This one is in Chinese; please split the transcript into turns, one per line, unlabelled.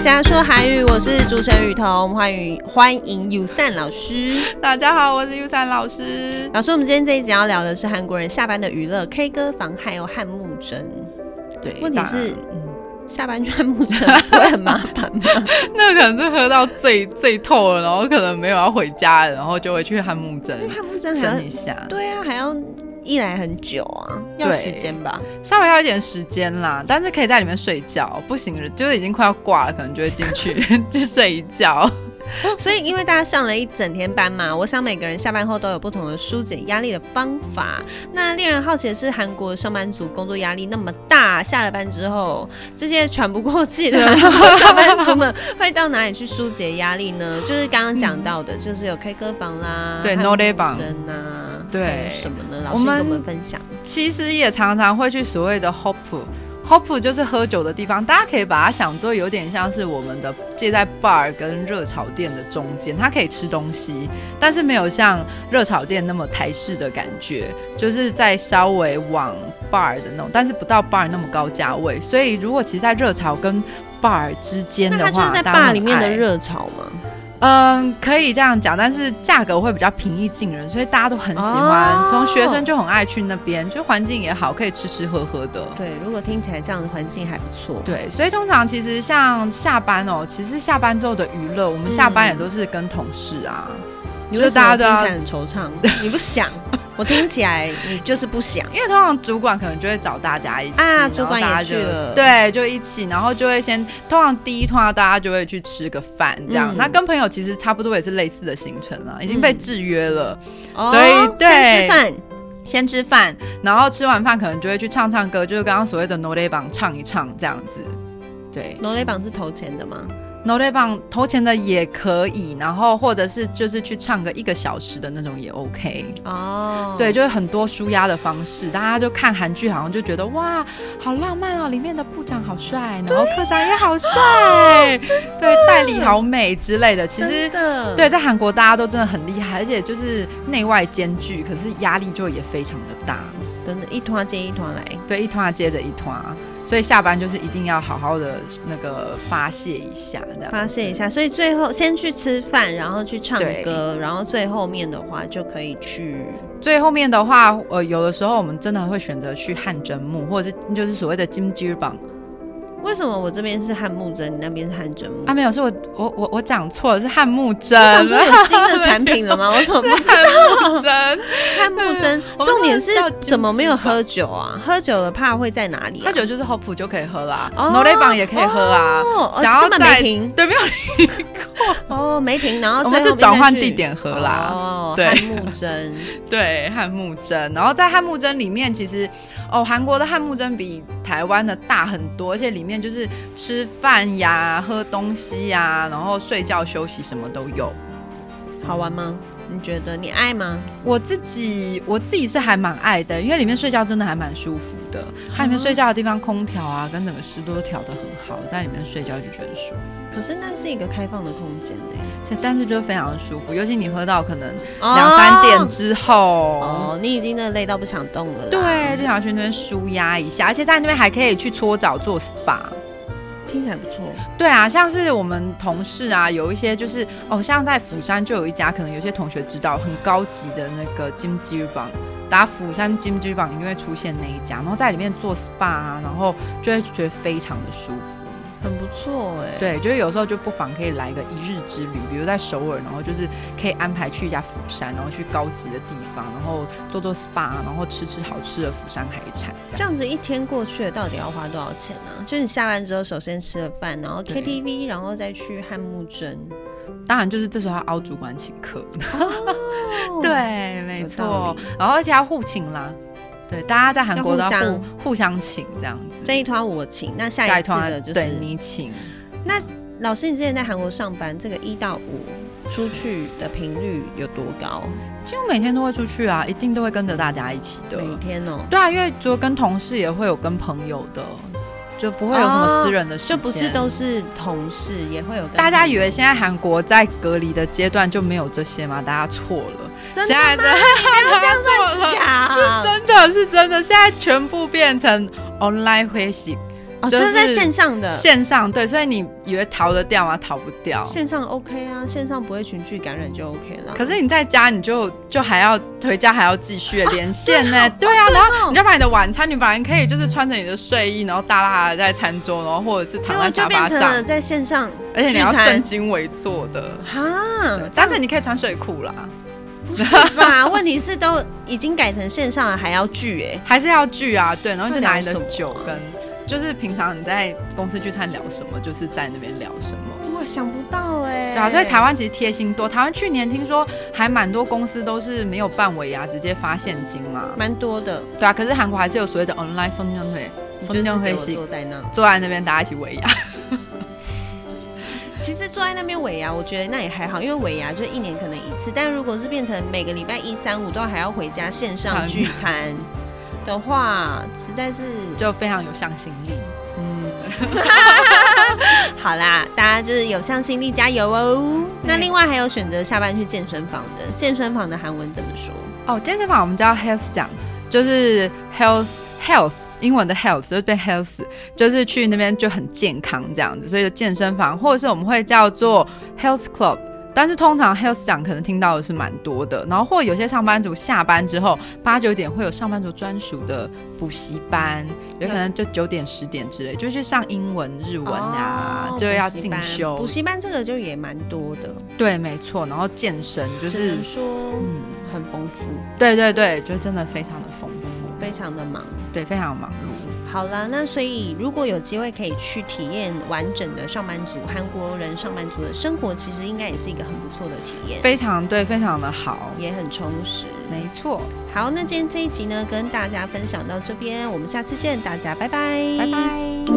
家说韩语，我是主持人雨桐，欢迎欢迎 U 散老师。
大家好，我是 U 三老师。
老师，我们今天这一集要聊的是韩国人下班的娱乐，K 歌房还有汉木真。
对
问题
当然
是
嗯，
下班去汉木真不会很麻烦吗？
那可能是喝到醉醉透了，然后可能没有要回家了，然后就会去汉木
因
镇
为汉木真还
整
要
一下。
对啊，还要一来很久啊，要
对
时间吧。
稍微要一点时间啦，但是可以在里面睡觉。不行，就是已经快要挂了，可能就会进去 就睡一觉。
所以，因为大家上了一整天班嘛，我想每个人下班后都有不同的疏解压力的方法。那令人好奇的是，韩国上班族工作压力那么大，下了班之后，这些喘不过气的 韩国上班族们会到哪里去疏解压力呢？就是刚刚讲到的，就是有 K 歌房啦，
对
汉木
No Day 房
真啊，
对
还有什么呢？老
我
师跟
们
我们分享。
其实也常常会去所谓的 hop。Hop 就是喝酒的地方，大家可以把它想作有点像是我们的介在 bar 跟热炒店的中间，它可以吃东西，但是没有像热炒店那么台式的感觉，就是在稍微往 bar 的那种，但是不到 bar 那么高价位。所以如果其实在热炒跟 bar 之间
那
的
它
话，
就是在
大家会
bar 里面的
爱
热潮嘛，
嗯，可以这样讲，但是价格会比较平易近人，所以大家都很喜欢。
哦
从学生就很爱去那边，就环境也好，可以吃吃喝喝的。
对，如果听起来这样的环境还不错，
对，所以通常其实像下班哦，其实下班之后的娱乐，我们下班也都是跟同事啊。
你
就
为什么
大家
听
都
起
要
来很惆怅？ 你不想，我听起来你就是不想。
因为通常主管可能就会找大家一起
啊
然后
主管也
大家就
去了
对，就一起，然后就会先通常第一通常大家就会去吃个饭这样，
嗯
那跟朋友其实差不多也是类似的行程啊，已经被
嗯
制约了。
哦
所以对
先吃饭，
先吃饭，然后吃完饭可能就会去唱唱歌，就是刚刚所谓的 No Day 榜唱一唱这样子。对
罗雷榜是投钱的吗？
，No Day 榜投钱的也可以，然后或者是就是去唱个一个小时的那种也 OK。
哦，
对，就是很多舒压的方式，大家就看韩剧，好像就觉得哇，好浪漫哦，里面的部长好帅，然后科长也好帅，对，代理好美之类的。其
哦真
实
的
对，，在韩国大家都真的很厉害，而且就是内外兼具，可是压力就也非常的大。
真的，一团接一团来。
对，一团接着一团，所以下班就是一定要好好的那个发泄一下，这样。
发泄一下，所以最后先去吃饭，然后去唱
对
歌，然后最后面的话就可以去
最后面的话，呃，有的时候我们真的会选择去汗蒸木，或者是就是所谓的金鸡榜
为什么我这边是汉木真，你那边是汉真木？
啊，没有，是我我我我讲错了，是汉木蒸。
我想说有新的产品了吗？我怎么不
是 汉木蒸，
汉木真？
我们
重点是
都叫金
怎么没有
金榜
喝酒啊？喝酒了怕会在哪里、啊？
喝酒就是 Hope 就可以喝啦
哦
，No 雷榜也可以喝啊
哦，，
想要
根本没
在
停
对没有，
哦，没停，然后
我们
最
是
后面
转换
再去
地点喝啦。
哦，
对
汉木 真，
对，汉木蒸，然后在汉木蒸里面，其实哦，韩国的汉木蒸比台湾的大很多，而且里面就是吃饭呀、喝东西呀，然后睡觉、休息什么都有。
好玩吗？你觉得你爱吗？
我自己我自己是还蛮爱的，因为里面睡觉真的还蛮舒服的。它里面睡觉的地方空调啊，跟整个湿度都调得很好，在里面睡觉就觉得舒服。
可是那是一个开放的空间欸呢，
这但是就非常的舒服，尤其你喝到可能两三点之后。
哦，你已经真的累到不想动了。
对，就，想要去那边舒压一下，而且在那边还可以去搓澡做 SPA。
听起来不错。
对啊，像是我们同事啊，有一些就是哦，像在釜山就有一家，可能有些同学知道很高级的那个金鸡榜，打釜山金鸡榜一定会出现那一家，然后在里面做 SPA 啊，然后就会觉得非常的舒服。
很不错哎，
对，就是有时候就不妨可以来个一日之旅，比如在首尔，然后就是可以安排去一下釜山，然后去高级的地方，然后做做 SPA，然后吃吃好吃的釜山海产这
这
样。
样子一天过去了，到底要花多少钱呢、啊？就是你下班之后，首先吃了饭，然后
对
KTV，然后再去汉木真。
当然就是这时候要凹主管请 客。
哦，
对，没
有道
错
理。
然后而且要互请啦，对，大家在韩国都
要
要
互
互互相请这样子。
这一团我请，那下
下
一
一
次
团
的就是
对你请，
老师，你之前在韩国上班，这个一到五出去的频率有多高？
几乎每天都会出去啊，一定都会跟着大家一起的。
每天哦、
对啊，因为除了跟同事，也会有跟朋友的，就不会有什么私人的时
就
间。
不是都是同事，也会有跟
大家以为现在韩国在隔离的阶段就没有这些吗？大家错了，
真的
现在的
不要这样
错了
乱讲，
真的是真的，现在全部变成 online 会席，
哦，就
就
是是在线上的，
线上对，所以你以为逃得掉吗？逃不掉。
线上 OK 啊，线上不会群聚感染就 OK 了。
可是你在家，你就就还要回家还要继续 连线呢、对啊，
哦
然后
哦
你就把你的晚餐，你本来可以就是穿着你的睡衣，然后大大的在餐桌，然后或者是
结
躺
果
在
就
沙
变
发
成
上
了，在线上
而且你
聚
要正
餐
襟危坐的。
哈
对，但是你可以穿睡裤啦，
不是吧？ 问题是都已经改成线上了，还要聚哎、
还是要聚啊，对，然后就拿你
那聊
的
什么
酒跟，就是平常你在公司聚餐聊什么，就是在那边聊什么。
哇，想不到哎、
对啊，所以台湾其实贴心多。台湾去年听说还蛮多公司都是没有办尾牙，直接发现金嘛。
蛮多的，
对啊，可是韩国还是有所谓的 online 送宴会，
你
送
就是
宴
给
会
我
是
坐在那。
坐在那边大家一起尾牙。
其实坐在那边尾牙，我觉得那也还好，因为尾牙就一年可能一次，但如果是变成每个礼拜一、三、五都还要回家线上
餐
聚餐的话，实在是
就非常有向心力。
好啦，大家就是有向心力，加油哦！
对
那另外还有选择下班去健身房的，健身房的韩文怎么说？
哦，健身房我们叫 health 讲，就是 health health。英文的 health 就是变 health，就是去那边就很健康这样子，所以健身房或者是我们会叫做 health club，但是通常 health 讲可能听到的是蛮多的，然后或有些上班族下班之后八九点会有上班族专属的补习班，有可能就九点十点之类，就去上英文、日文啊，
哦
就要
补习
进
班
修
补，习班这个就也蛮多的，
对，没错，然后健身
只
就是
能，说
嗯，
很丰富，
对对对，就真的非常的丰富。
非常的忙。
对，非常忙碌。
好啦，那所以如果有机会可以去体验完整的上班族韩国人上班族的生活，其实应该也是一个很不错的体验，
非常对，非常的好，
也很充实。
没错，
好，那今天这一集呢，跟大家分享到这边，我们下次见，大家拜拜，
拜拜。